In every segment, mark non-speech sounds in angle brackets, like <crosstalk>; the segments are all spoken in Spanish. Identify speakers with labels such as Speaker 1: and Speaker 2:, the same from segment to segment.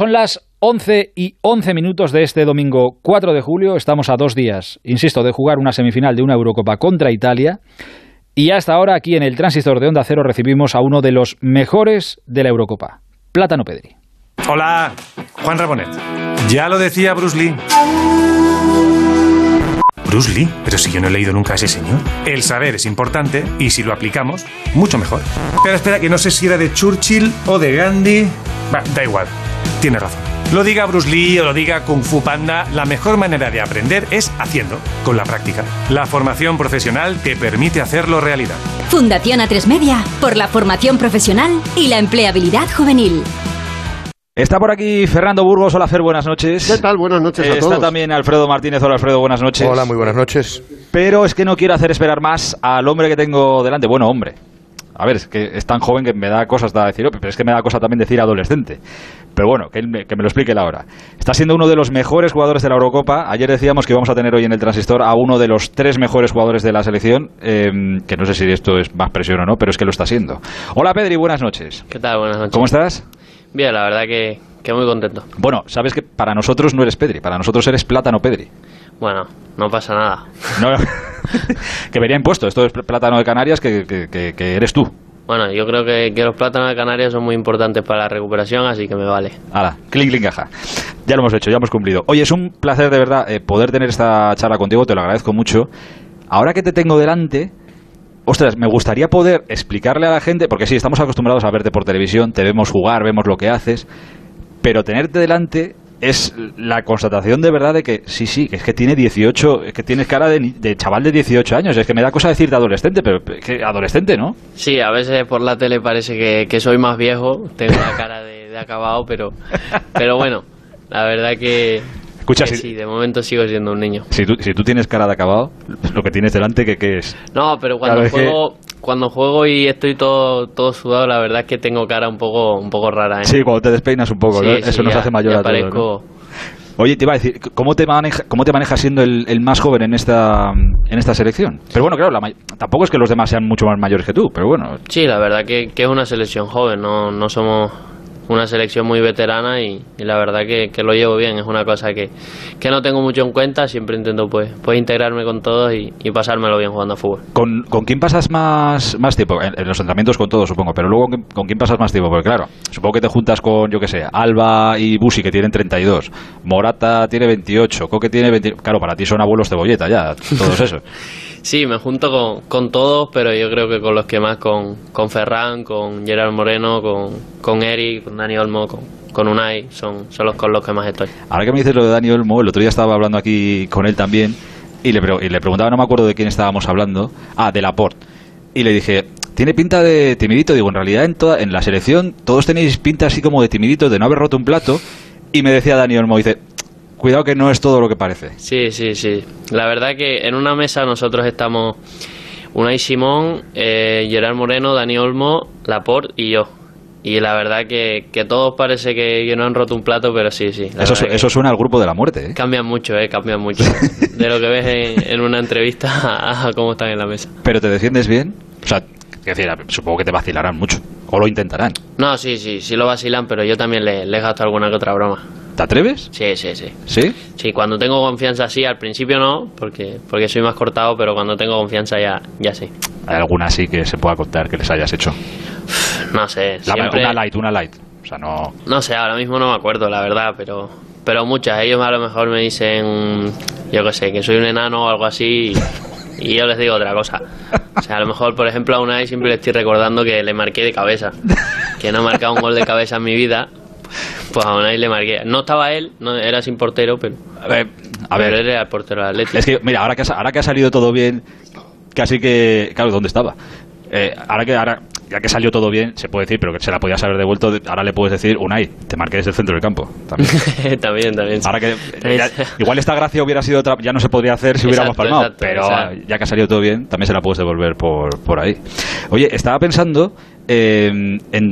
Speaker 1: Son las 11 y 11 minutos de este domingo 4 de julio. Estamos a dos días, insisto, de jugar una semifinal de una Eurocopa contra Italia. Y hasta ahora aquí en el Transistor de Onda Cero recibimos a uno de los mejores de la Eurocopa, Plátano Pedri.
Speaker 2: Hola, Juan Rabonet. Ya lo decía Bruce Lee. Bruce Lee, pero si yo no he leído nunca a ese señor. El saber es importante y si lo aplicamos, mucho mejor. Pero espera, que no sé si era de Churchill o de Gandhi. Va, da igual, tiene razón. Lo diga Bruce Lee o lo diga Kung Fu Panda, la mejor manera de aprender es haciendo, con la práctica. La formación profesional te permite hacerlo realidad.
Speaker 3: Fundación A3 Media, por la formación profesional y la empleabilidad juvenil.
Speaker 1: Está por aquí Fernando Burgos. Hola, Fer, buenas noches. Eh,
Speaker 4: ¿Qué tal? Buenas noches a
Speaker 1: Está
Speaker 4: todos.
Speaker 1: también Alfredo Martínez. Hola, Alfredo, buenas noches.
Speaker 4: Hola, muy buenas noches.
Speaker 1: Pero es que no quiero hacer esperar más al hombre que tengo delante. Bueno, hombre. A ver, es que es tan joven que me da cosas de decir, pero es que me da cosa también decir adolescente. Pero bueno, que, él me, que me lo explique él ahora. Está siendo uno de los mejores jugadores de la Eurocopa. Ayer decíamos que íbamos a tener hoy en el transistor a uno de los tres mejores jugadores de la selección, eh, que no sé si esto es más presión o no, pero es que lo está siendo. Hola Pedri, buenas noches.
Speaker 5: ¿Qué tal? Buenas noches.
Speaker 1: ¿Cómo estás?
Speaker 5: Bien, la verdad que, que muy contento.
Speaker 1: Bueno, sabes que para nosotros no eres Pedri, para nosotros eres Plátano Pedri.
Speaker 5: Bueno, no pasa nada.
Speaker 1: No, <laughs> que venía impuesto, esto es Plátano de Canarias, que- que- que- que eres tú.
Speaker 5: Bueno, yo creo que, que los plátanos de Canarias son muy importantes para la recuperación, así que me vale.
Speaker 1: Hala, clink, clink, caja. Ya lo hemos hecho, ya hemos cumplido. Oye, es un placer de verdad eh, poder tener esta charla contigo, te lo agradezco mucho. Ahora que te tengo delante, ostras, me gustaría poder explicarle a la gente, porque sí, estamos acostumbrados a verte por televisión, te vemos jugar, vemos lo que haces, pero tenerte delante es la constatación de verdad de que sí, sí, que es que tiene 18, es que tienes cara de, ni- de chaval de 18 años, es que me da cosa decirte adolescente, pero es que adolescente, ¿no?
Speaker 5: Sí, a veces por la tele parece que, que soy más viejo, tengo la cara de, de acabado, pero, pero bueno, la verdad que,
Speaker 1: Escucha,
Speaker 5: que
Speaker 1: si-
Speaker 5: sí, de momento sigo siendo un niño.
Speaker 1: Si tú, si tú tienes cara de acabado, lo que tienes delante, ¿qué, qué es?
Speaker 5: No, pero cuando
Speaker 1: Claro, es que-
Speaker 5: juego, cuando juego y estoy todo, todo sudado, la verdad es que tengo cara un poco, un poco rara. ¿eh?
Speaker 1: Sí, cuando te despeinas un poco, ¿no?
Speaker 5: Sí,
Speaker 1: eso
Speaker 5: sí,
Speaker 1: nos
Speaker 5: ya-
Speaker 1: hace mayor
Speaker 5: ya
Speaker 1: a todos. ¿no?
Speaker 5: parezco-
Speaker 1: Oye, te iba a decir, ¿cómo te, maneja, cómo te manejas siendo el, el más joven en esta, en esta selección? Pero bueno, claro, la may- tampoco es que los demás sean mucho más mayores que tú, pero bueno.
Speaker 5: Sí, la verdad que, que es una selección joven, no, no somos una selección muy veterana y, y la verdad que, que lo llevo bien, es una cosa que, que no tengo mucho en cuenta, siempre intento pues, pues integrarme con todos y, y pasármelo bien jugando a fútbol.
Speaker 1: ¿Con, con quién pasas más, más tiempo? En, en los entrenamientos con todos, supongo, pero luego ¿con, con quién pasas más tiempo? Porque claro, supongo que te juntas con, yo qué sé, Alba y Busi, que tienen 32, Morata tiene 28, Coque tiene 20... Claro, para ti son abuelos cebolleta ya, todos
Speaker 5: <laughs>
Speaker 1: esos.
Speaker 5: Sí, me junto con, con todos, pero yo creo que con los que más, con, con Ferran, con Gerard Moreno, con, con Eric, con Dani Olmo, con, con Unai, son, son los con los que más estoy.
Speaker 1: Ahora que me dices lo de Dani Olmo, el otro día estaba hablando aquí con él también y le, pre- y le preguntaba, no me acuerdo de quién estábamos hablando, ah, de Laporte. Y le dije, tiene pinta de timidito, digo, en realidad en, toda, en la selección todos tenéis pinta así como de timidito, de no haber roto un plato. Y me decía Dani Olmo, dice, cuidado que no es todo lo que parece.
Speaker 5: Sí, sí, sí. La verdad que en una mesa nosotros estamos Unai Simón, eh, Gerard Moreno, Dani Olmo, Laporte y yo. Y la verdad que, que todos parece que, que no han roto un plato, pero sí, sí. la
Speaker 1: Eso, su-
Speaker 5: verdad que
Speaker 1: eso suena al grupo de la muerte, ¿eh?
Speaker 5: Cambian mucho, eh,
Speaker 1: <laughs>
Speaker 5: cambian mucho. De lo que ves en, en una entrevista <laughs> a, a cómo están en la mesa.
Speaker 1: Pero te defiendes bien. O sea, quiero decir, supongo que te vacilarán mucho, o lo intentarán.
Speaker 5: No, sí, sí, sí lo vacilan, pero yo también le- les, gasto alguna que otra broma.
Speaker 1: ¿Te atreves?
Speaker 5: Sí, sí, sí.
Speaker 1: ¿Sí?
Speaker 5: Sí, cuando tengo confianza sí, al principio no, porque, porque soy más cortado, pero cuando tengo confianza ya, ya sí.
Speaker 1: ¿Hay alguna así que se pueda contar que les hayas hecho?
Speaker 5: No sé.
Speaker 1: La-
Speaker 5: siempre-
Speaker 1: Una light, una light. O sea, no...
Speaker 5: No sé, ahora mismo no me acuerdo, la verdad, pero pero muchas. Ellos a lo mejor me dicen, yo qué sé, que soy un enano o algo así, y, y yo les digo otra cosa. O sea, a lo mejor, por ejemplo, a una vez siempre le estoy recordando que le marqué de cabeza, que no he marcado un gol de cabeza en mi vida. Pues a Unai le marqué. No estaba él, no, era sin portero, pero,
Speaker 1: A ver, a
Speaker 5: pero
Speaker 1: ver,
Speaker 5: él era el portero del Atlético.
Speaker 1: es que mira, ahora que, ha, sa- ahora que ha salido todo bien, casi que, claro, ¿dónde estaba? Eh, ahora que ahora ya que salió todo bien, se puede decir, pero que se la podías haber devuelto, de- ahora le puedes decir, Unai, te marqué desde el centro del campo. También.
Speaker 5: <laughs> también, también. sí.
Speaker 1: Ahora que
Speaker 5: También
Speaker 1: ya-
Speaker 5: se-
Speaker 1: igual esta gracia hubiera sido otra, ya no se podría hacer si hubiéramos
Speaker 5: Exacto,
Speaker 1: palmado,
Speaker 5: exacto,
Speaker 1: pero
Speaker 5: exacto.
Speaker 1: ya que ha salido todo bien, también se la puedes devolver por, por ahí. Oye, estaba pensando eh, en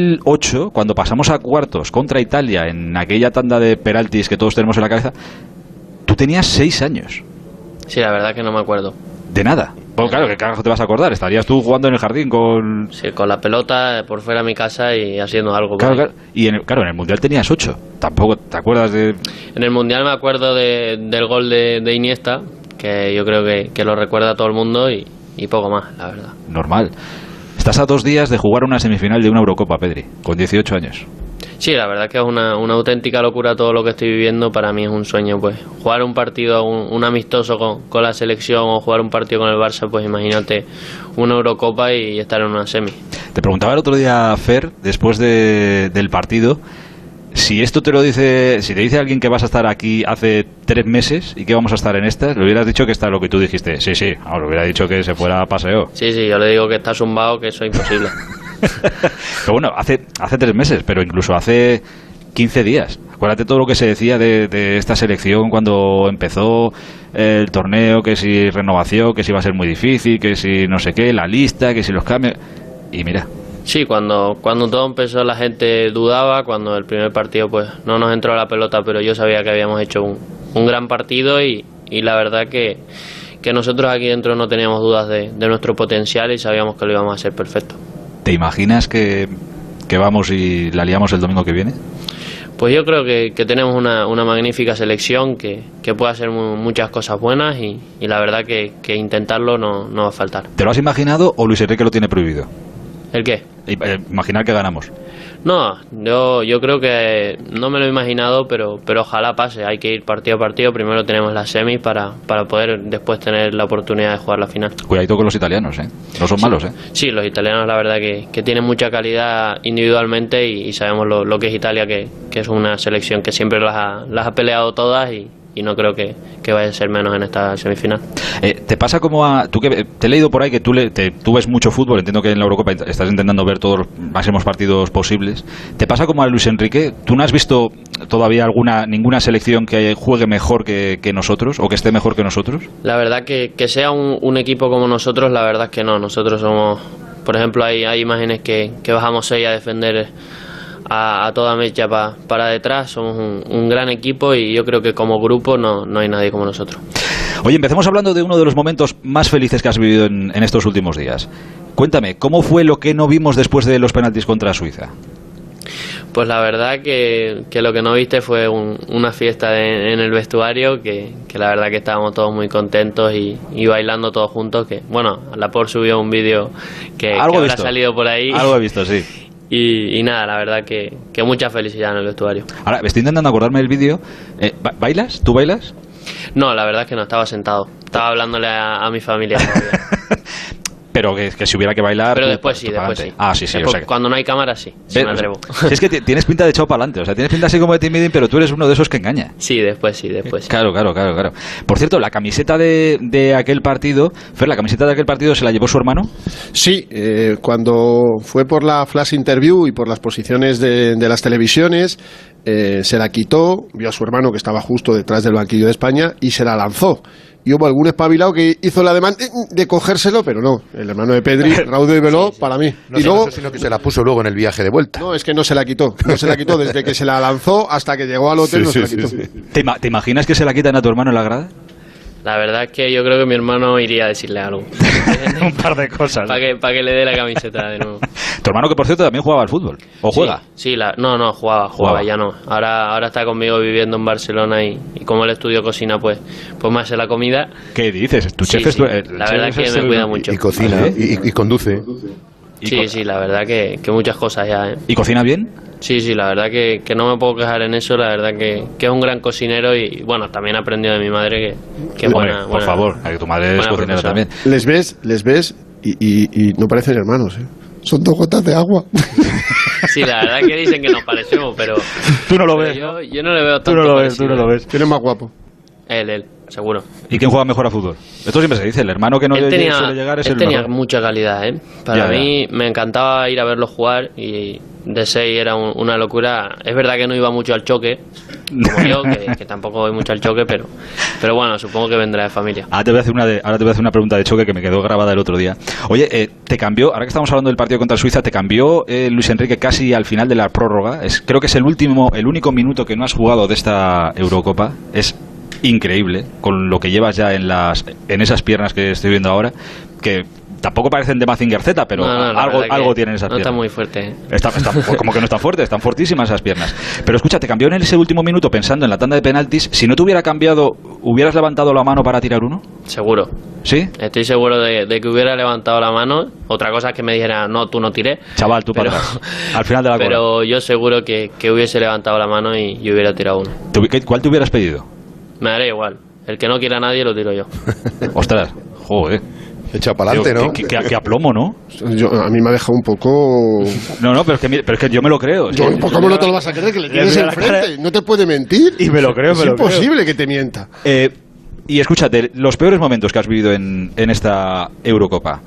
Speaker 1: 2008, cuando pasamos a cuartos contra Italia en aquella tanda de penaltis que todos tenemos en la cabeza, tú tenías seis años,
Speaker 5: Sí, la verdad que no me acuerdo.
Speaker 1: de nada. Pues claro, ¿qué carajo te vas a acordar? Estarías tú jugando en el jardín con...
Speaker 5: Sí, con la pelota por fuera de mi casa y haciendo algo. por
Speaker 1: Claro,
Speaker 5: ahí.
Speaker 1: claro. Y en el, claro, en el Mundial tenías ocho. Tampoco te acuerdas de...
Speaker 5: En el Mundial me acuerdo de- del gol de, de Iniesta, que yo creo que, que lo recuerda todo el mundo y, y poco más, la verdad.
Speaker 1: Normal. Estás a dos días de jugar una semifinal de una Eurocopa, Pedri, con 18 años.
Speaker 5: Sí, la verdad que es una, una auténtica locura todo lo que estoy viviendo. Para mí es un sueño, pues. Jugar un partido, un, un amistoso con, con la selección o jugar un partido con el Barça, pues imagínate una Eurocopa y estar en una semi.
Speaker 1: Te preguntaba el otro día, Fer, después de- del partido, si esto te lo dice, si te dice alguien que vas a estar aquí hace tres meses y que vamos a estar en estas, le hubieras dicho que está lo que tú dijiste. Sí, sí, vamos, le hubiera dicho que se fuera a paseo.
Speaker 5: Sí, sí, yo le digo que está zumbado, que eso es imposible.
Speaker 1: Pero bueno, hace, hace tres meses, pero incluso hace 15 días. Acuérdate todo lo que se decía de, de esta selección cuando empezó el torneo, que si renovación, que si iba a ser muy difícil, que si no sé qué, la lista, que si los cambios. Y mira,
Speaker 5: Sí, cuando, cuando todo empezó la gente dudaba, cuando el primer partido pues no nos entró la pelota, pero yo sabía que habíamos hecho un, un gran partido y, y la verdad que, que nosotros aquí dentro no teníamos dudas de, de nuestro potencial y sabíamos que lo íbamos a hacer perfecto.
Speaker 1: ¿te imaginas que, que vamos y la liamos el domingo que viene?
Speaker 5: Pues yo creo que, que tenemos una, una magnífica selección que, que puede hacer mu- muchas cosas buenas y, y la verdad que, que intentarlo no, no va a faltar.
Speaker 1: ¿Te lo has imaginado o Luis Enrique lo tiene prohibido?
Speaker 5: ¿El qué?
Speaker 1: I- eh, Imaginar que ganamos.
Speaker 5: No, yo, yo creo que no me lo he imaginado, pero, pero ojalá pase. Hay que ir partido a partido. Primero tenemos las semis para, para poder después tener la oportunidad de jugar la final.
Speaker 1: Cuidadito con los italianos, ¿eh? No son malos, ¿eh?
Speaker 5: Sí, los italianos la verdad que, que tienen mucha calidad individualmente y, y sabemos lo, lo que es Italia, que, que es una selección que siempre las ha, las ha peleado todas y, y no creo que, que vaya a ser menos en esta semifinal.
Speaker 1: Eh, ¿Te pasa como a... Tú que, eh, te he leído por ahí que tú, le- te- tú ves mucho fútbol, entiendo que en la Eurocopa int- estás intentando ver todos los máximos partidos posibles. ¿Te pasa como a Luis Enrique? ¿Tú no has visto todavía alguna ninguna selección que juegue mejor que, que nosotros o que esté mejor que nosotros?
Speaker 5: La verdad que, que sea un, un equipo como nosotros, la verdad es que no. Nosotros somos, por ejemplo, hay, hay imágenes que, que bajamos seis a defender a, a toda mecha pa- para detrás. Somos un, un gran equipo y yo creo que como grupo no, no hay nadie como nosotros.
Speaker 1: Oye, empecemos hablando de uno de los momentos más felices que has vivido en, en estos últimos días. Cuéntame, ¿cómo fue lo que no vimos después de los penaltis contra Suiza?
Speaker 5: Pues la verdad que, que lo que no viste fue un- una fiesta de- en el vestuario, que, que la verdad que estábamos todos muy contentos y, y bailando todos juntos. que Bueno, la por subió un vídeo que, Eh, que
Speaker 1: Algo he
Speaker 5: habrá
Speaker 1: visto.
Speaker 5: salido por ahí.
Speaker 1: Algo he visto, sí.
Speaker 5: Y, y nada, la verdad que, que mucha felicidad en el vestuario.
Speaker 1: Ahora, me estoy intentando acordarme del vídeo. Eh, ¿ba- ¿Bailas? ¿Tú bailas?
Speaker 5: No, la verdad es que no, estaba sentado. Estaba hablándole a, a
Speaker 1: <laughs>
Speaker 5: mi familia. todavía.
Speaker 1: Pero que, que si hubiera que bailar.
Speaker 5: Pero
Speaker 1: tú,
Speaker 5: después
Speaker 1: pa-
Speaker 5: sí,
Speaker 1: tú pa'
Speaker 5: después sí.
Speaker 1: adelante. Ah, sí, sí.
Speaker 5: Después,
Speaker 1: o sea que-
Speaker 5: Cuando no hay cámara, sí. sí
Speaker 1: Ves,
Speaker 5: me
Speaker 1: o sea, <laughs>
Speaker 5: atrevo.
Speaker 1: si es que ti- tienes pinta de echado para adelante. O sea, tienes pinta así como de timidín, pero tú eres uno de esos que engaña.
Speaker 5: Sí, después sí, después sí.
Speaker 1: Claro, claro, claro, claro. Por cierto, la camiseta de, de aquel partido, Fer, la camiseta de aquel partido se la llevó su hermano.
Speaker 4: Sí, eh, cuando fue por la flash interview y por las posiciones de, de las televisiones, eh, se la quitó, vio a su hermano que estaba justo detrás del banquillo de España y se la lanzó. Y hubo algún espabilado que hizo la demanda de cogérselo, pero no. El hermano de
Speaker 6: <laughs>
Speaker 4: Pedri, Raúl de Veló, para mí.
Speaker 6: No
Speaker 4: y
Speaker 6: solo
Speaker 4: luego,
Speaker 6: eso, sino que se la puso luego en el viaje de vuelta.
Speaker 4: no, es que no se la quitó. No se la quitó desde que se la lanzó hasta que llegó al hotel. no se la quitó.
Speaker 1: ¿Te, ima- te imaginas que se la quitan a tu hermano en la
Speaker 5: <laughs>
Speaker 1: grada?
Speaker 5: La verdad es que yo creo que mi hermano iría a
Speaker 1: <laughs>
Speaker 5: decirle algo.
Speaker 1: Un par de cosas.
Speaker 5: Para que, pa' que le dé la camiseta de nuevo.
Speaker 1: Tu hermano, que por cierto también jugaba al fútbol. ¿O <laughs> juega?
Speaker 5: Sí, sí, la, no, no, jugaba, jugaba,
Speaker 1: Jugaba.
Speaker 5: ya no. Ahora, ahora está conmigo viviendo en Barcelona y, y como él estudio cocina, pues, pues me hace la comida.
Speaker 1: ¿Qué dices? Tu
Speaker 5: Sí,
Speaker 1: chef es
Speaker 5: sí.
Speaker 1: tu- el
Speaker 5: La
Speaker 1: chef
Speaker 5: verdad
Speaker 1: es
Speaker 5: que
Speaker 1: el-
Speaker 5: me cuida mucho.
Speaker 6: Y cocina, ¿eh?
Speaker 1: ¿Ah,
Speaker 6: y, y conduce.
Speaker 1: y
Speaker 5: Sí,
Speaker 1: co-
Speaker 5: sí, la verdad que, que muchas cosas ya, ¿eh?
Speaker 1: ¿Y cocina bien?
Speaker 5: Sí, sí, la verdad que, que no me puedo quejar en eso, la verdad que, que es un gran cocinero y bueno, también he aprendido de mi madre que, que es
Speaker 1: Hombre,
Speaker 5: buena,
Speaker 1: por
Speaker 5: buena-
Speaker 1: favor, que tu madre es
Speaker 5: buena
Speaker 1: cocinera
Speaker 5: profesora.
Speaker 1: también.
Speaker 4: Les ves, les ves y, y- y no parecen hermanos. ¿eh? Son dos gotas de agua.
Speaker 5: Sí, la verdad que dicen que nos parecemos,
Speaker 1: <laughs>
Speaker 5: pero...
Speaker 1: Tú no lo
Speaker 5: pero
Speaker 1: ves,
Speaker 5: Yo, yo no le veo tanto parecido.
Speaker 4: ¿Quién es más guapo?
Speaker 5: Él, él, seguro.
Speaker 1: ¿Y quién juega mejor a fútbol? Esto siempre se dice, el hermano que no
Speaker 5: él
Speaker 1: le-
Speaker 5: tenía,
Speaker 1: suele llegar es
Speaker 5: él
Speaker 1: el
Speaker 5: tenía
Speaker 1: mejor.
Speaker 5: mucha calidad, ¿eh? Para
Speaker 1: Ya, ya.
Speaker 5: mí me encantaba ir a verlo jugar y de 6 era un- una locura. Es verdad que no iba mucho al choque, como yo, que, que tampoco voy mucho al choque, pero, pero bueno, supongo que vendrá de familia.
Speaker 1: Ahora te, voy a hacer una de- ahora te voy a hacer una pregunta de choque que me quedó grabada el otro día. Oye, eh, te cambió, ahora que estamos hablando del partido contra Suiza, te cambió eh, Luis Enrique casi al final de la prórroga. Es, creo que es el último, el único minuto que no has jugado de esta Eurocopa. Es increíble con lo que llevas ya en las, en esas piernas que estoy viendo ahora. que tampoco parecen de Mazinger Z, pero
Speaker 5: No, no, la
Speaker 1: algo,
Speaker 5: verdad que
Speaker 1: algo tienen esas
Speaker 5: No
Speaker 1: piernas.
Speaker 5: está muy fuerte. ¿eh?
Speaker 1: Está- está- como que no están fuertes, están fuertísimas esas piernas. Pero escucha, te cambió en ese último minuto pensando en la tanda de penaltis. Si no te hubiera cambiado, ¿hubieras levantado la mano para tirar uno?
Speaker 5: Seguro.
Speaker 1: ¿Sí?
Speaker 5: Estoy seguro de, de que hubiera levantado la mano. Otra cosa es que me dijera, no, tú no tiré.
Speaker 1: Chaval, tú para
Speaker 5: Pero-
Speaker 1: atrás. Al final de la cola.
Speaker 5: Pero yo seguro que, que hubiese levantado la mano y, y hubiera tirado uno.
Speaker 1: ¿Tú- qué- ¿Cuál te hubieras pedido?
Speaker 5: Me daría igual. El que no quiera a nadie lo tiro yo.
Speaker 1: Ostras, joder.
Speaker 6: Echa para adelante,
Speaker 1: Digo,
Speaker 6: ¿no?
Speaker 1: qué- qué- qué aplomo, ¿no?
Speaker 4: Yo- a mí me ha dejado un poco.
Speaker 1: No, no, pero es que, mira- pero es que yo me lo creo. Es
Speaker 4: <laughs> Yo,
Speaker 1: que-
Speaker 4: ¿Cómo no te lo vas a creer que le tienes
Speaker 1: mira la cara-
Speaker 4: enfrente? No te puede mentir.
Speaker 1: Y me lo creo,
Speaker 4: Es
Speaker 1: me lo creo.
Speaker 4: imposible que te mienta.
Speaker 1: Eh, y escúchate, los peores momentos que has vivido en, en esta Eurocopa.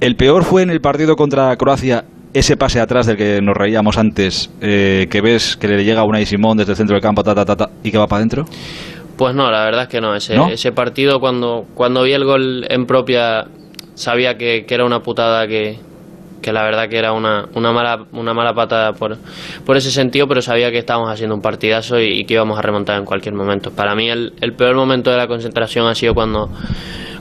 Speaker 1: El peor fue en el partido contra Croacia, ese pase atrás del que nos reíamos antes, eh, que ves que le llega a Unai Simón desde el centro del campo, ta, ta, ta, ta, y que va para adentro.
Speaker 5: Pues no, la verdad es que no. Ese,
Speaker 1: ¿No?
Speaker 5: ese partido, cuando, cuando vi el gol en propia, sabía que, que era una putada, que, que la verdad que era una, una, mala, una mala patada por, por ese sentido, pero sabía que estábamos haciendo un partidazo y, y que íbamos a remontar en cualquier momento. Para mí, el, el peor momento de la concentración ha sido cuando,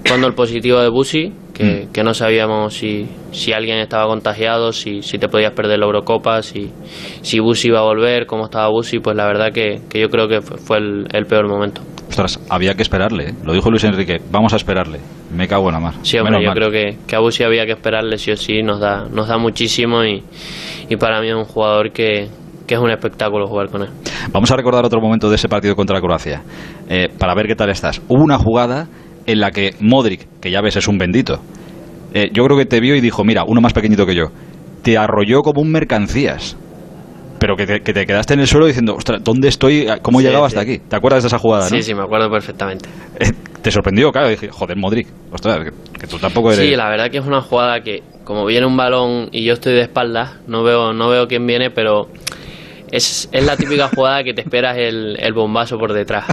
Speaker 5: cuando el positivo de Busi, que,
Speaker 1: Mm.
Speaker 5: que no sabíamos si, si alguien estaba contagiado, si, si te podías perder la Eurocopa, si, si Busi iba a volver, cómo estaba Busi, pues la verdad que, que yo creo que fue, fue el- el peor momento.
Speaker 1: Ostras, había que esperarle, ¿eh? lo dijo Luis Enrique, vamos a esperarle. Me cago en la mar.
Speaker 5: Sí, hombre,
Speaker 1: Menos
Speaker 5: yo
Speaker 1: mal.
Speaker 5: creo que, que a Busi había que esperarle sí o sí, nos da, nos da muchísimo y, y para mí es un jugador que, que es un espectáculo jugar con él.
Speaker 1: Vamos a recordar otro momento de ese partido contra Croacia, eh, para ver qué tal estás. Hubo una jugada en la que Modric, que ya ves es un bendito, eh, yo creo que te vio y dijo, mira, uno más pequeñito que yo, te arrolló como un mercancías, pero que te, que te quedaste en el suelo diciendo, ostras, ¿dónde estoy? ¿Cómo he
Speaker 5: Sí,
Speaker 1: llegado
Speaker 5: sí.
Speaker 1: hasta aquí? ¿Te acuerdas de esa jugada?
Speaker 5: Sí,
Speaker 1: no?
Speaker 5: sí, me acuerdo perfectamente.
Speaker 1: Eh, te sorprendió, claro, dije, joder, Modric, ostras, que, que tú tampoco eres...
Speaker 5: Sí, la verdad que es una jugada que como viene un balón y yo estoy de espaldas, no veo, no veo quién viene, pero es, es la típica jugada que te esperas el, el bombazo por detrás.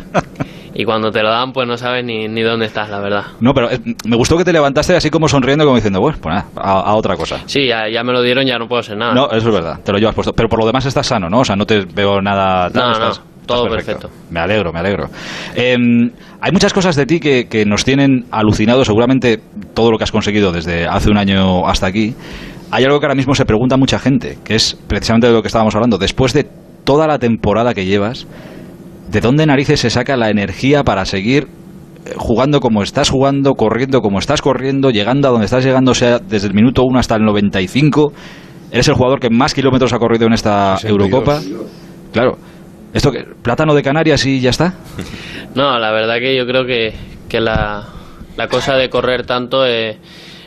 Speaker 5: Y cuando te lo dan, pues no sabes ni, ni dónde estás, la verdad.
Speaker 1: No, pero eh, me gustó que te levantaste así como sonriendo, como diciendo, bueno, pues nada, a- a otra cosa.
Speaker 5: Sí, ya, ya me lo dieron, ya no puedo hacer nada.
Speaker 1: No, eso es verdad, te lo llevas puesto. Pero por lo demás estás sano, ¿no? O sea, no te veo nada... tal,
Speaker 5: No, no,
Speaker 1: estás-
Speaker 5: todo
Speaker 1: estás
Speaker 5: perfecto.
Speaker 1: Me alegro, me alegro. Eh, hay muchas cosas de ti que, que nos tienen alucinados, seguramente todo lo que has conseguido desde hace un año hasta aquí. Hay algo que ahora mismo se pregunta mucha gente, que es precisamente de lo que estábamos hablando. Después de toda la temporada que llevas, ¿de dónde narices se saca la energía para seguir eh, jugando como estás jugando, corriendo como estás corriendo, llegando a donde estás llegando, o sea, desde el minuto 1 hasta el 95. Eres el jugador que más kilómetros ha corrido en esta
Speaker 6: 62.
Speaker 1: Eurocopa. Claro. ¿Esto que ¿Plátano de Canarias y ya está?
Speaker 5: No, la verdad que yo creo que, que la, la cosa de correr tanto es,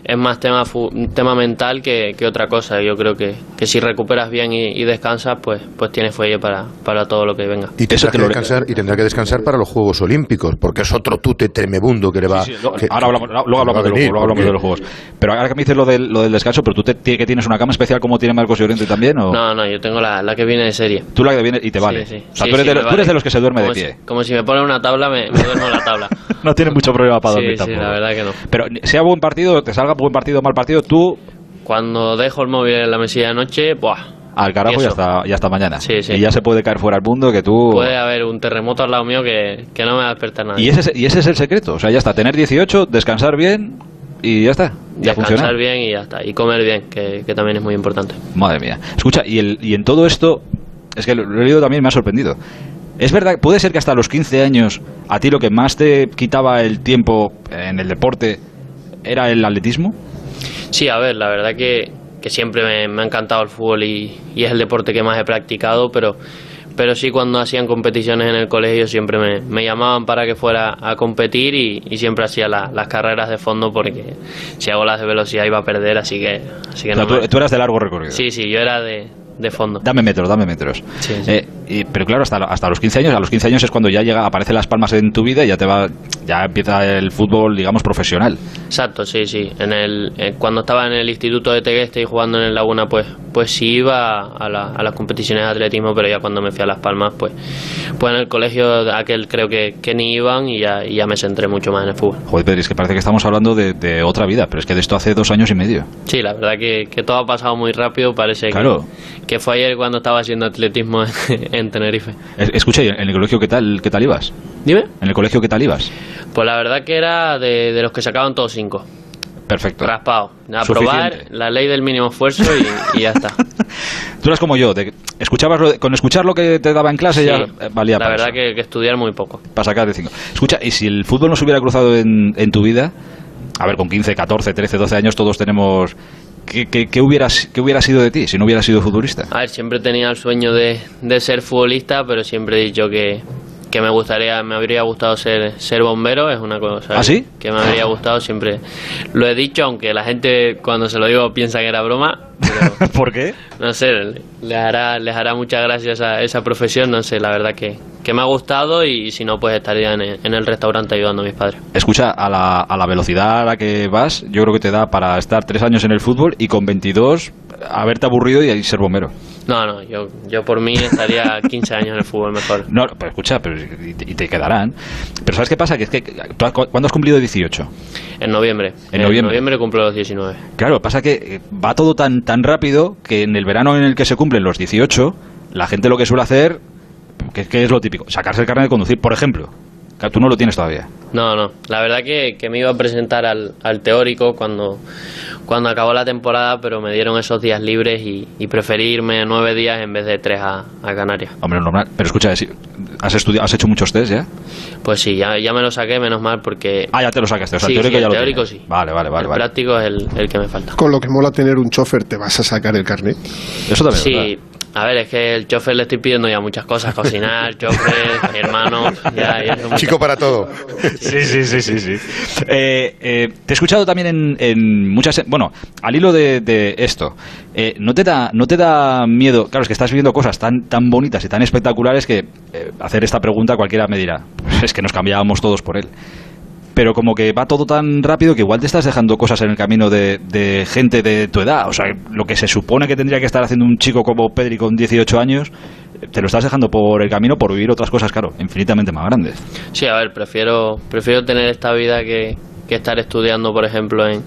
Speaker 5: es más tema, fu- tema mental que, que otra cosa. Yo creo que, que si recuperas bien y, y descansas, pues, pues tienes fuelle para, para todo lo que venga.
Speaker 6: Y
Speaker 1: Eso
Speaker 6: tendrá,
Speaker 1: te
Speaker 6: que
Speaker 1: lo-
Speaker 6: descansar, y tendrá que descansar para los Juegos Olímpicos, porque es otro tute tremebundo que le va. Ah, que-
Speaker 1: Ahora hablamos,
Speaker 6: que-
Speaker 1: luego hablamos, de,
Speaker 6: que va a
Speaker 1: los,
Speaker 6: venir,
Speaker 1: luego hablamos de los
Speaker 6: porque-
Speaker 1: juegos. Pero ahora que me dices lo del, lo del descanso, pero tú te- que tienes una cama especial como tiene Marcos Llorente también, o
Speaker 5: No, no, yo tengo la, la que viene de serie.
Speaker 1: tú la que vienes y te vale.
Speaker 5: Sí, sí.
Speaker 1: O sea,
Speaker 5: Sí,
Speaker 1: tú, eres de,
Speaker 5: sí, me
Speaker 1: los- tú
Speaker 5: vale.
Speaker 1: eres de los que se duerme de
Speaker 5: Como
Speaker 1: pie.
Speaker 5: Si, como si me ponen una tabla, me, me duermo en la tabla.
Speaker 1: <laughs> No tienes mucho problema para
Speaker 5: Sí,
Speaker 1: dormir
Speaker 5: sí,
Speaker 1: tampoco.
Speaker 5: la verdad que no.
Speaker 1: Pero sea buen partido, te salga buen partido o mal partido, tú
Speaker 5: Cuando dejo el móvil en la mesilla de noche, ¡buah!
Speaker 1: al carajo y
Speaker 5: Eso.
Speaker 1: hasta, y hasta mañana.
Speaker 5: Sí, sí.
Speaker 1: Y ya se puede caer fuera al mundo que tú...
Speaker 5: Puede haber un terremoto al lado mío que, que no me va a despertar nada.
Speaker 1: Y ese, es- y ese es el secreto. O sea, ya está, tener 18, descansar bien y ya está. Ya funciona.
Speaker 5: Descansar bien y ya está. Y comer bien, que, que también es muy importante.
Speaker 1: Madre mía. Escucha, y, el, y en todo esto, es que lo, lo he leído también y me ha sorprendido. Es verdad, puede ser que hasta los 15 años a ti lo que más te quitaba el tiempo en el deporte era el atletismo.
Speaker 5: Sí, a ver, la verdad que, que siempre me, me ha encantado el fútbol y, y es el deporte que más he practicado, pero, pero sí cuando hacían competiciones en el colegio siempre me, me llamaban para que fuera a competir y, y siempre hacía la- las carreras de fondo porque si hago las de velocidad iba a perder, así que, así que
Speaker 1: O sea,
Speaker 5: no me-
Speaker 1: tú, tú eras de largo recorrido.
Speaker 5: Sí, sí, yo era de, de fondo.
Speaker 1: Dame metros, dame metros.
Speaker 5: Sí, sí.
Speaker 1: Eh, y- pero claro, hasta, hasta los 15 años, a los 15 años es cuando ya llega, aparecen las palmas en tu vida y ya te va, ya empieza el fútbol, digamos, profesional.
Speaker 5: Exacto, sí, sí. En el, eh, cuando estaba en el instituto de Tegueste y jugando en el Laguna, pues, pues sí iba a, la- a las competiciones de atletismo, pero ya cuando me fui a Las Palmas, pues, pues en el colegio aquel creo que, que ni iban y ya, y ya me centré mucho más en el fútbol.
Speaker 1: Joder, Pedri, es que parece que estamos hablando de, de otra vida, pero es que de esto hace dos años y medio.
Speaker 5: Sí, la verdad que, que todo ha pasado muy rápido, parece que-
Speaker 1: Claro.
Speaker 5: que, fue ayer cuando estaba haciendo atletismo <laughs> en, en Tenerife.
Speaker 1: Es- Escucha, ¿y en el colegio qué tal, qué tal ibas?
Speaker 5: Dime.
Speaker 1: ¿En el colegio qué tal ibas?
Speaker 5: Pues la verdad que era de, de los que sacaban todos cinco.
Speaker 1: Perfecto.
Speaker 5: Raspado. Aprobar
Speaker 1: Suficiente.
Speaker 5: la ley del mínimo esfuerzo y, y ya
Speaker 1: <laughs>
Speaker 5: está.
Speaker 1: Tú eras como yo, de que escuchabas lo de- con escuchar lo que te daba en clase
Speaker 5: Sí,
Speaker 1: ya eh, valía
Speaker 5: la
Speaker 1: para
Speaker 5: verdad
Speaker 1: eso,
Speaker 5: que, que estudiar muy poco.
Speaker 1: para sacar de 5. Escucha, y si el fútbol nos hubiera cruzado en, en tu vida, a ver, con 15, 14, 13, 12 años todos tenemos... ¿Qué, qué- qué hubieras, ¿Qué hubiera sido de ti si no hubieras sido futbolista?
Speaker 5: A ver, siempre tenía el sueño de, de ser futbolista, pero siempre he dicho que, que me gustaría, me habría gustado ser, ser bombero, es una cosa
Speaker 1: ¿Ah, sí?
Speaker 5: que me habría gustado siempre. Lo he dicho, aunque la gente cuando se lo digo piensa que era broma, pero
Speaker 1: Ah, ¿Por qué?
Speaker 5: no sé, les hará, les hará muchas gracias a esa profesión, no sé, la verdad que, que me ha gustado y si no, pues estaría en el, en el restaurante ayudando a mis padres.
Speaker 1: Escucha, a la, a la velocidad a la que vas, yo creo que te da para estar tres años en el fútbol y con 22 haberte aburrido y ahí ser bombero.
Speaker 5: No, no, yo, yo por mí estaría 15 años en el fútbol mejor.
Speaker 1: No, pero escucha, pero, y, te, y te quedarán. Pero ¿sabes qué pasa? Que es que tú has- ¿cuándo has cumplido 18?
Speaker 5: En noviembre.
Speaker 1: En noviembre.
Speaker 5: En noviembre cumplo los 19.
Speaker 1: Claro, pasa que eh, va todo tan, tan rápido que en el verano en el que se cumplen los 18, la gente lo que suele hacer, que, que es lo típico, sacarse el carnet de conducir, por ejemplo. Claro, tú no lo tienes todavía.
Speaker 5: No, no. La verdad que, que me iba a presentar al, al teórico cuando, cuando acabó la temporada, pero me dieron esos días libres y, y preferí irme nueve días en vez de tres a, a Canarias.
Speaker 1: Hombre, lo normal. Pero escucha, si- ¿has, estudiado, ¿has hecho muchos test ya?
Speaker 5: Pues sí, ya, ya me lo saqué, menos mal, porque
Speaker 1: Ah, ya te lo sacaste. O sea,
Speaker 5: Sí,
Speaker 1: teórico
Speaker 5: sí, el
Speaker 1: ya lo
Speaker 5: teórico
Speaker 1: tienes.
Speaker 5: sí.
Speaker 1: Vale, vale, vale.
Speaker 5: el
Speaker 1: vale.
Speaker 5: práctico es el, el que me falta.
Speaker 4: Con lo que mola tener un chofer, te vas a sacar el carnet.
Speaker 1: Eso también. es
Speaker 5: Sí,
Speaker 1: verdad.
Speaker 5: a ver, es que el chofer le estoy pidiendo ya muchas cosas, cocinar, <laughs> chofer, hermano, ya, ya son muchas.
Speaker 6: Chico
Speaker 1: <laughs>
Speaker 6: para todo.
Speaker 1: Sí, sí, sí, sí, sí. <laughs> Eh, eh, te he escuchado también en, en muchas... Bueno, al hilo de, de esto, eh, ¿no, te da, ¿no te da miedo? Claro, es que estás viviendo cosas tan, tan bonitas y tan espectaculares que eh, hacer esta pregunta cualquiera me dirá, "Pues es que nos cambiábamos todos por él. Pero como que va todo tan rápido que igual te estás dejando cosas en el camino de, de gente de tu edad. O sea, lo que se supone que tendría que estar haciendo un chico como Pedri con 18 años, eh, te lo estás dejando por el camino por vivir otras cosas, claro, infinitamente más grandes.
Speaker 5: Sí, a ver, prefiero, prefiero tener esta vida que, que estar estudiando, por ejemplo, en,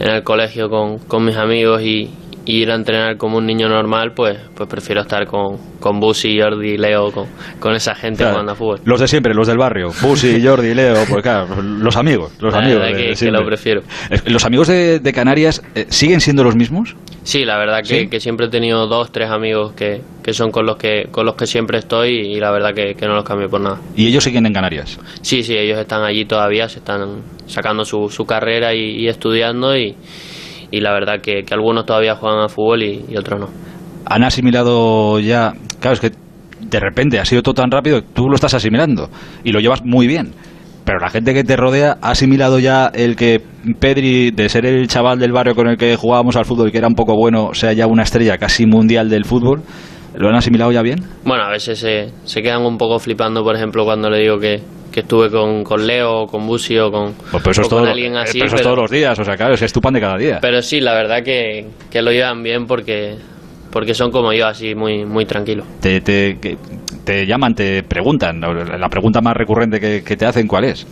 Speaker 5: en el colegio con, con mis amigos y, y ir a entrenar como un niño normal, pues, pues prefiero estar con, con Busi, Jordi, Leo, con, con esa gente
Speaker 1: Claro,
Speaker 5: jugando a fútbol.
Speaker 1: Los de siempre, los del barrio.
Speaker 5: <laughs>
Speaker 1: Busi, Jordi, Leo, pues claro, los amigos. Los
Speaker 5: La
Speaker 1: amigos.
Speaker 5: verdad
Speaker 1: de-
Speaker 5: que-
Speaker 1: de
Speaker 5: que
Speaker 1: siempre.
Speaker 5: lo prefiero.
Speaker 1: Es- ¿Los amigos de, de Canarias eh, siguen siendo los mismos?
Speaker 5: Sí, la verdad que,
Speaker 1: ¿Sí?
Speaker 5: que siempre he tenido dos, tres amigos que, que son con los que, con los que siempre estoy y la verdad que, que no los cambio por nada.
Speaker 1: Y ellos siguen en Canarias.
Speaker 5: Sí, sí, ellos están allí todavía, se están sacando su, su carrera y, y estudiando y, y la verdad que, que algunos todavía juegan a fútbol y, y otros no.
Speaker 1: Han asimilado ya. Claro, es que de repente ha sido todo tan rápido, tú lo estás asimilando y lo llevas muy bien. Pero la gente que te rodea ha asimilado ya el que Pedri, de ser el chaval del barrio con el que jugábamos al fútbol y que era un poco bueno, sea ya una estrella casi mundial del fútbol. ¿Lo han asimilado ya bien?
Speaker 5: Bueno, a veces se, se quedan un poco flipando, por ejemplo, cuando le digo que, que estuve con, con Leo, o con Busi o con,
Speaker 1: Pues pero eso,
Speaker 5: o
Speaker 1: es
Speaker 5: con
Speaker 1: todo,
Speaker 5: alguien
Speaker 1: eh,
Speaker 5: así.
Speaker 1: pero eso es
Speaker 5: pero-
Speaker 1: todos los días, o sea, claro, es que es tu pan de cada día.
Speaker 5: pero sí, la verdad que, que lo llevan bien porque, porque son como yo, así muy, muy tranquilos.
Speaker 1: te, te- que- te llaman, te preguntan, ¿no? la pregunta más recurrente que, que te hacen, ¿cuál
Speaker 5: <laughs>
Speaker 1: es?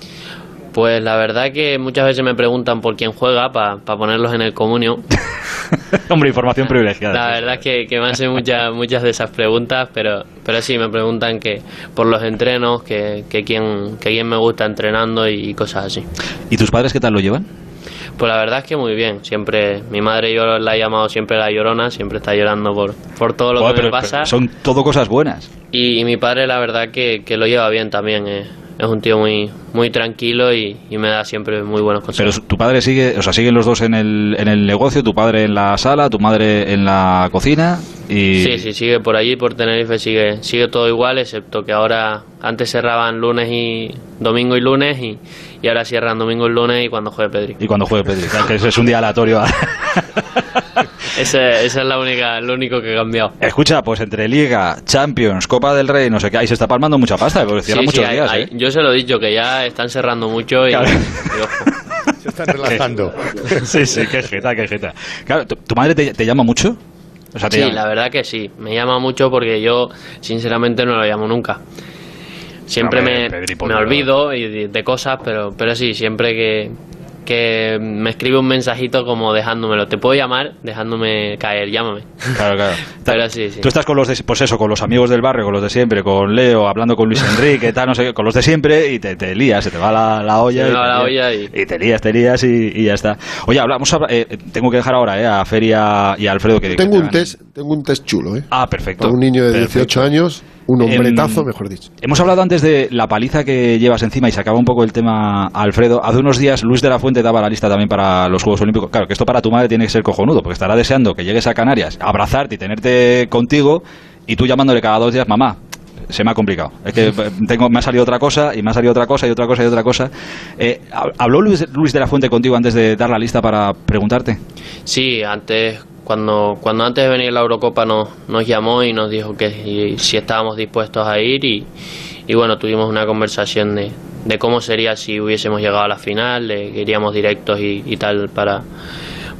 Speaker 5: Pues la verdad que muchas veces me preguntan por quién juega para ponerlos en el
Speaker 1: <laughs>
Speaker 5: comunio.
Speaker 1: Hombre, información privilegiada.
Speaker 5: La verdad es que, que me hacen muchas muchas de esas preguntas, pero, pero sí, me preguntan que por los entrenos, que, que, quién, que quién me gusta entrenando y, y cosas así.
Speaker 1: ¿Y tus padres qué tal lo llevan?
Speaker 5: Pues la verdad es que muy bien, siempre mi madre yo la he llamado siempre la llorona, siempre está llorando por, por todo lo
Speaker 1: Joder,
Speaker 5: que
Speaker 1: pero-
Speaker 5: me pasa.
Speaker 1: pero son todo cosas buenas.
Speaker 5: Y, y mi padre la verdad que, que lo lleva bien también, eh. es un tío muy, muy tranquilo y, y me da siempre muy buenos
Speaker 1: Pero
Speaker 5: consejos.
Speaker 1: su- tu padre sigue, o sea, siguen los dos en el, en el negocio, tu padre en la sala, tu madre en la cocina y...
Speaker 5: Sí, sí, sigue por allí, por Tenerife, sigue, sigue todo igual, excepto que ahora antes cerraban lunes y domingo y lunes y, y ahora cierran domingo y lunes y cuando juegue Pedri.
Speaker 1: Y cuando juegue Pedri, claro, que eso es un día aleatorio. <laughs>
Speaker 5: Ese, esa es la única, lo único que he cambiado.
Speaker 1: Escucha, pues entre Liga, Champions, Copa del Rey, no sé qué, ahí se está palmando mucha pasta, porque cierran
Speaker 5: Sí, sí,
Speaker 1: muchos
Speaker 5: hay-
Speaker 1: días,
Speaker 5: hay-
Speaker 1: ¿eh?
Speaker 5: Yo se lo he dicho, que ya están cerrando mucho y,
Speaker 1: Claro.
Speaker 5: y ojo.
Speaker 6: Se están <laughs> relajando.
Speaker 1: <laughs> Sí, sí, qué jeta, qué jeta. Claro, ¿tu, tu madre te, te llama mucho? O sea, te
Speaker 5: Sí,
Speaker 1: llama-
Speaker 5: la verdad que sí. Me llama mucho porque yo, sinceramente, no lo llamo nunca. Siempre
Speaker 1: Hombre,
Speaker 5: me,
Speaker 1: Pedri, por
Speaker 5: me
Speaker 1: Dios.
Speaker 5: olvido y de, de cosas, pero, pero sí, siempre que, que me escribe un mensajito como dejándomelo. Te puedo llamar dejándome caer, llámame.
Speaker 1: Claro, claro.
Speaker 5: <laughs> Pero sí, sí.
Speaker 1: Tú estás con los de, pues eso, con los amigos del barrio, con los de siempre, con Leo, hablando con Luis Enrique, tal, no sé qué, con los de siempre y te, te lías, se te va la, la olla.
Speaker 5: Se
Speaker 1: y
Speaker 5: me va
Speaker 1: te
Speaker 5: la
Speaker 1: lías,
Speaker 5: olla y-
Speaker 1: te lías, te lías y, y ya está. Oye, hablamos, ahora, eh, tengo que dejar ahora eh, a Feria y a Alfredo que que
Speaker 4: Tengo
Speaker 1: te
Speaker 4: un
Speaker 1: hagan-
Speaker 4: test, tengo un test chulo, ¿eh?
Speaker 1: Ah, perfecto.
Speaker 4: Para un niño de
Speaker 1: Perfecto.
Speaker 4: 18 años, un hombretazo,
Speaker 1: Em,
Speaker 4: mejor dicho.
Speaker 1: Hemos hablado antes de la paliza que llevas encima y se acaba un poco el tema, Alfredo. Hace unos días Luis de la Fuente daba la lista también para los Juegos Olímpicos. Claro, que esto para tu madre tiene que ser cojonudo, porque estará deseando que llegues a Canarias, abrazarte y tenerte contigo, y tú llamándole cada dos días, mamá. Se me ha complicado. Es que eh, tengo, me ha salido otra cosa y me ha salido otra cosa y otra cosa y otra cosa. Eh, hab- ¿Habló Luis, Luis de la Fuente contigo antes de dar la lista para preguntarte?
Speaker 5: Sí, antes, cuando, cuando antes de venir la Eurocopa nos, nos llamó y nos dijo que si, si estábamos dispuestos a ir y, y bueno, tuvimos una conversación de, de cómo sería si hubiésemos llegado a la final, de que iríamos directos y, y tal para,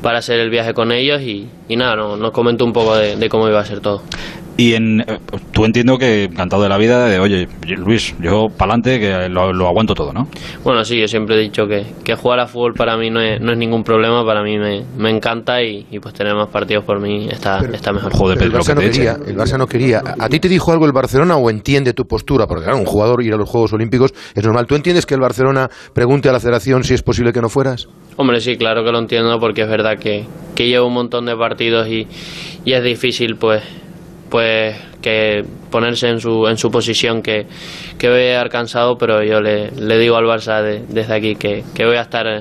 Speaker 5: para hacer el viaje con ellos y, y nada, no- nos comentó un poco de, de cómo iba a ser todo.
Speaker 1: Y en, eh, tú entiendo que encantado de la vida, de oye, Luis, yo pa'lante que lo, lo aguanto todo, ¿no?
Speaker 5: Bueno, sí, yo siempre he dicho que, que jugar a fútbol para mí no es, no es ningún problema, para mí me, me encanta y, y pues tener más partidos por mí está, está mejor.
Speaker 1: Joder,
Speaker 6: Pero el
Speaker 1: Pedro,
Speaker 6: Barça,
Speaker 1: que
Speaker 6: no
Speaker 1: te
Speaker 6: quería,
Speaker 1: echen.
Speaker 6: el Barça no quería. ¿A ti te dijo algo el Barcelona o entiende tu postura? Porque claro, un jugador ir a los Juegos Olímpicos es normal. ¿Tú entiendes que el Barcelona pregunte a la federación si es posible que no fueras?
Speaker 5: Hombre, sí, claro que lo entiendo porque es verdad que, que llevo un montón de partidos y, y es difícil pues pues que ponerse en su, en su posición que, que voy a llegar cansado, pero yo le, le digo al Barça de- desde aquí que, que voy a estar eh,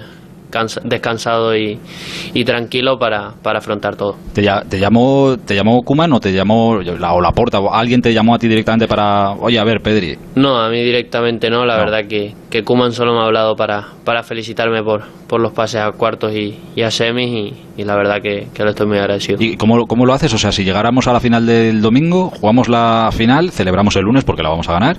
Speaker 5: cansa- descansado y, y tranquilo para, para afrontar todo.
Speaker 1: ¿Te, lla- te llamó te llamó Kuman o te llamó yo- la, o la Porta o alguien te llamó a ti directamente para oye a ver Pedri
Speaker 5: No, a mí directamente no, la
Speaker 1: No.
Speaker 5: verdad que, que Kuman solo me ha hablado para, para felicitarme por, por los pases a cuartos y, y a semis y, y la verdad que, que le estoy muy agradecido.
Speaker 1: y cómo, cómo lo haces o sea si llegáramos a la final del domingo jugamos la final celebramos el lunes porque la vamos a ganar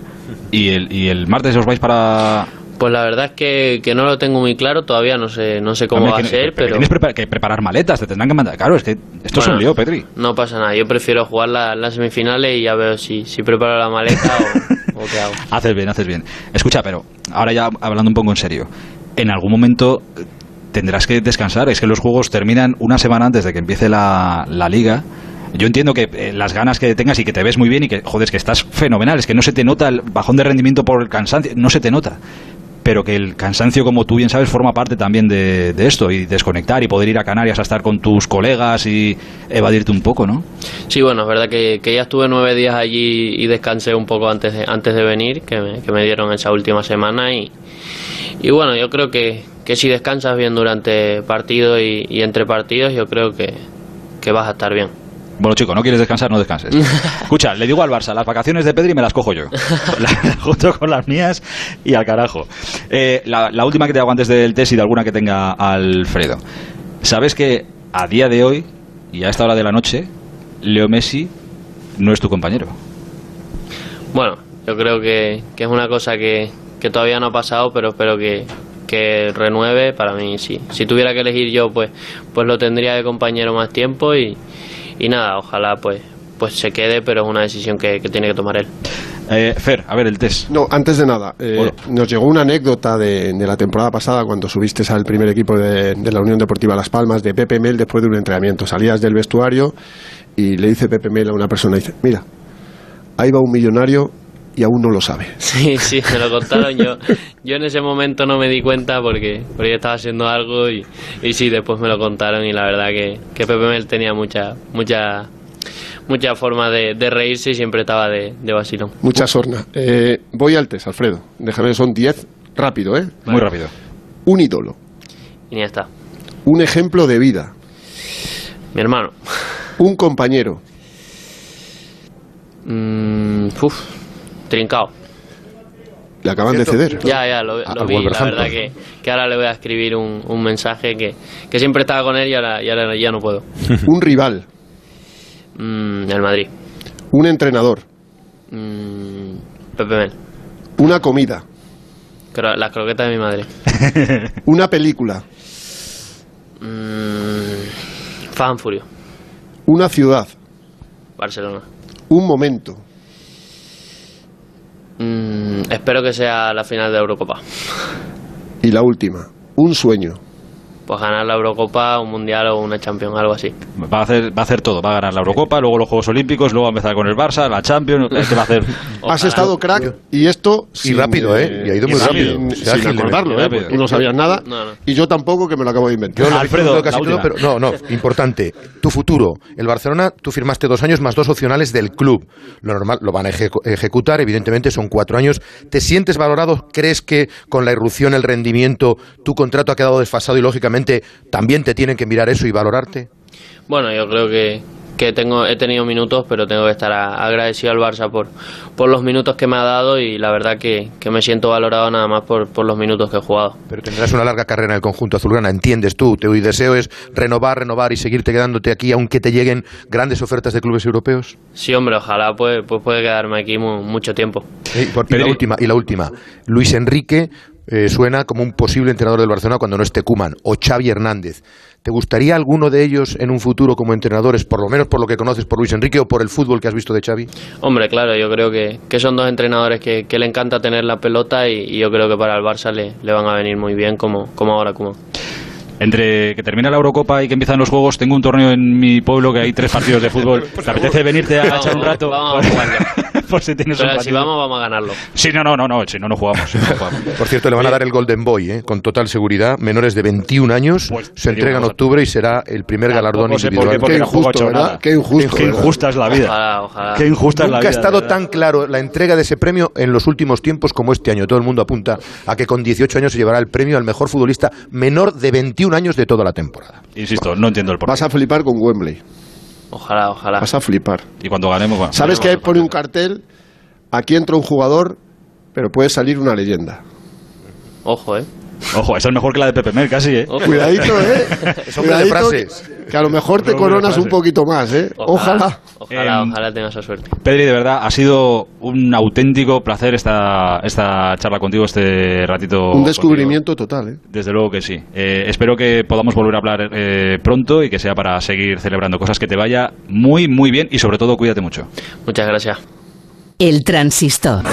Speaker 1: y el, y el martes os vais para
Speaker 5: Pues la verdad es que, que no lo tengo muy claro, todavía no sé, no sé cómo
Speaker 1: Hombre,
Speaker 5: va a
Speaker 1: que-
Speaker 5: ser,
Speaker 1: que
Speaker 5: pero
Speaker 1: tienes prepa- que preparar maletas te tendrán que mandar claro es que esto es
Speaker 5: Bueno.
Speaker 1: un lío Pedri
Speaker 5: no pasa nada. Yo prefiero jugar la- las semifinales y ya veo si, si preparo la maleta
Speaker 1: <laughs>
Speaker 5: o, o qué hago.
Speaker 1: Haces bien, haces bien. Escucha, pero ahora ya hablando un poco en serio, en algún momento eh, tendrás que descansar. Es que los juegos terminan una semana antes de que empiece la, la liga. Yo entiendo que eh, las ganas que tengas y que te ves muy bien y que, joder, es que estás fenomenal. Es que no se te nota el bajón de rendimiento por el cansancio, no se te nota. Pero que el cansancio, como tú bien sabes, forma parte también de, de esto y desconectar y poder ir a Canarias a estar con tus colegas y evadirte un poco, ¿no?
Speaker 5: Sí, bueno, es verdad que, que ya estuve nueve días allí y descansé un poco antes de, antes de venir, que me, que me dieron esa última semana y, y bueno, yo creo que, que si descansas bien durante partido y, y entre partidos, yo creo que, que vas a estar bien.
Speaker 1: Bueno, chico, no quieres descansar, no descanses. Escucha, le digo al Barça, las vacaciones de Pedri me las cojo yo. La- junto con las mías y al carajo. Eh, la, la última que te hago antes del test y de alguna que tenga Alfredo. Sabes que a día de hoy y a esta hora de la noche, Leo Messi no es tu compañero.
Speaker 5: Bueno, yo creo que, que es una cosa que, que todavía no ha pasado, pero espero que, que renueve. Para mí, sí. Si tuviera que elegir yo, pues, pues lo tendría de compañero más tiempo y, y nada, ojalá pues, pues se quede, pero es una decisión que, que tiene que tomar él. <laughs>
Speaker 1: Eh, Fer, a ver el test.
Speaker 4: No, antes de nada, eh,
Speaker 1: Bueno.
Speaker 4: nos llegó una anécdota de, de la temporada pasada cuando subiste al primer equipo de, de la Unión Deportiva Las Palmas de Pepe Mel después de un entrenamiento. Salías del vestuario y le dice Pepe Mel a una persona, dice, mira, ahí va un millonario y aún no lo sabe.
Speaker 5: Sí, sí, me lo contaron yo. Yo en ese momento no me di cuenta porque, porque yo estaba haciendo algo y, y sí, después me lo contaron y la verdad que, que Pepe Mel tenía mucha, mucha, mucha forma de, de reírse y siempre estaba de, de vacilón.
Speaker 4: Mucha sorna. Eh, voy al test, Alfredo. Déjame, son 10, rápido, ¿eh?
Speaker 1: Muy rápido.
Speaker 4: Un ídolo,
Speaker 5: Y ya está.
Speaker 4: un ejemplo de vida,
Speaker 5: Mi hermano.
Speaker 4: un compañero,
Speaker 5: Mm, uf, trincao.
Speaker 4: le acaban de ceder.
Speaker 5: Ya, ya, lo, lo
Speaker 6: al
Speaker 5: vi. La
Speaker 6: Wolverhampton.
Speaker 5: verdad que, que ahora le voy a escribir un, un mensaje que, que siempre estaba con él y ahora, y ahora ya no puedo.
Speaker 4: <laughs> Un rival,
Speaker 5: Mm, el Madrid.
Speaker 4: un entrenador,
Speaker 5: Mm, Pepe Mel.
Speaker 4: una comida,
Speaker 5: Cro- las croquetas de mi madre.
Speaker 4: una película,
Speaker 5: Mm, Fast and Furio.
Speaker 4: una ciudad,
Speaker 5: Barcelona.
Speaker 4: un momento.
Speaker 5: Mm, espero que sea la final de Eurocopa.
Speaker 4: Y la última, un sueño.
Speaker 5: pues ganar la Eurocopa, un Mundial o una Champions, algo así.
Speaker 1: Va a hacer, va a hacer todo. Va a ganar la Eurocopa, luego los Juegos Olímpicos, luego va a empezar con el Barça, la Champions. Es que va a hacer.
Speaker 4: Has estado crack y esto.
Speaker 6: Y rápido, ¿eh? Y ha ido muy rápido.
Speaker 4: Sin,
Speaker 6: O sea,
Speaker 4: sin
Speaker 6: ágil,
Speaker 4: acordarlo,
Speaker 1: eh,
Speaker 4: ¿eh? Porque tú no sabías nada.
Speaker 5: No, no.
Speaker 4: Y yo tampoco, que me lo acabo de inventar.
Speaker 6: Yo lo
Speaker 1: Ah, Alfredo,
Speaker 6: he casi
Speaker 1: la
Speaker 6: todo,
Speaker 1: última.
Speaker 6: pero
Speaker 1: <laughs>
Speaker 6: no, no, importante. Tu futuro. El Barcelona, tú firmaste dos años más dos opcionales del club. Lo normal, lo van a ejecu- ejecutar, evidentemente, son cuatro años. ¿Te sientes valorado? ¿Crees que con la irrupción, el rendimiento, tu contrato ha quedado desfasado y, lógicamente, también te tienen que mirar eso y valorarte?
Speaker 5: Bueno, yo creo que, que tengo, he tenido minutos, pero tengo que estar a- agradecido al Barça por, por los minutos que me ha dado y la verdad que, que me siento valorado nada más por, por los minutos que he jugado.
Speaker 6: Pero tendrás una larga carrera en el conjunto azulgrana, entiendes tú. Tu deseo es renovar, renovar y seguirte quedándote aquí, aunque te lleguen grandes ofertas de clubes europeos.
Speaker 5: Sí, hombre, ojalá pues, pues puede quedarme aquí mu- mucho tiempo.
Speaker 6: Eh, por- y la última, y la última. Luis Enrique eh, suena como un posible entrenador del Barcelona cuando no esté Kuman o Xavi Hernández. ¿Te gustaría alguno de ellos en un futuro como entrenadores, por lo menos por lo que conoces por Luis Enrique o por el fútbol que has visto de Xavi?
Speaker 5: Hombre, claro, yo creo que, que son dos entrenadores que, que le encanta tener la pelota y, y yo creo que para el Barça le, le van a venir muy bien como, como ahora como.
Speaker 1: Entre que termina la Eurocopa y que empiezan los juegos, tengo un torneo en mi pueblo que hay tres partidos de fútbol. ¿Te apetece venirte a
Speaker 5: Vamos,
Speaker 1: echar un rato?
Speaker 5: vamos a jugarlo.
Speaker 1: <laughs> por si tienes un
Speaker 5: Pero si
Speaker 1: ratito.
Speaker 5: vamos, vamos a ganarlo.
Speaker 1: Sí, no, no, no, no, si no, no jugamos. si no, no jugamos.
Speaker 6: Por cierto, le van a dar el Golden Boy, ¿eh? con total seguridad, menores de 21 años,
Speaker 1: Pues, te
Speaker 6: se
Speaker 1: digo
Speaker 6: entrega en
Speaker 1: una cosa.
Speaker 6: octubre y será el primer galardón
Speaker 1: Tampoco sé por
Speaker 6: individual.
Speaker 1: porque
Speaker 4: qué
Speaker 1: tampoco ha
Speaker 4: injusto,
Speaker 1: hecho
Speaker 4: ¿verdad?
Speaker 1: nada.
Speaker 4: Qué injusto,
Speaker 1: Qué
Speaker 4: ¿verdad?
Speaker 1: injusta es la vida.
Speaker 5: Ojalá, ojalá.
Speaker 1: Qué injusta es la vida.
Speaker 6: Nunca ha estado
Speaker 1: de verdad.
Speaker 6: tan claro la entrega de ese premio en los últimos tiempos como este año. Todo el mundo apunta a que con 18 años se llevará el premio al mejor futbolista menor de 21 años de toda la temporada.
Speaker 1: Insisto, no entiendo el porqué.
Speaker 4: Vas a flipar con Wembley.
Speaker 5: Ojalá, ojalá.
Speaker 4: Vas a flipar.
Speaker 1: Y cuando ganemos, bueno.
Speaker 4: ¿Sabes que pone un cartel? Aquí entra un jugador, pero puede salir una leyenda.
Speaker 5: Ojo, eh.
Speaker 1: Ojo, esa es mejor que la de Pepe Mer, casi, ¿eh?
Speaker 5: Ojo.
Speaker 4: Cuidadito, ¿eh?
Speaker 6: Son buenas frases.
Speaker 4: Que, que a lo mejor te
Speaker 1: Son buenas
Speaker 4: coronas un
Speaker 1: frases.
Speaker 4: poquito más, ¿eh? Ojalá.
Speaker 5: Ojalá,
Speaker 1: Em,
Speaker 5: ojalá tenga esa suerte.
Speaker 1: Pedri, de verdad, ha sido un auténtico placer esta, esta charla contigo, este ratito.
Speaker 4: Un
Speaker 1: contigo.
Speaker 4: descubrimiento total, ¿eh?
Speaker 1: Desde luego que sí. Eh, espero que podamos volver a hablar eh, pronto y que sea para seguir celebrando cosas que te vaya muy, muy bien y sobre todo cuídate mucho.
Speaker 5: Muchas gracias.
Speaker 7: El transistor.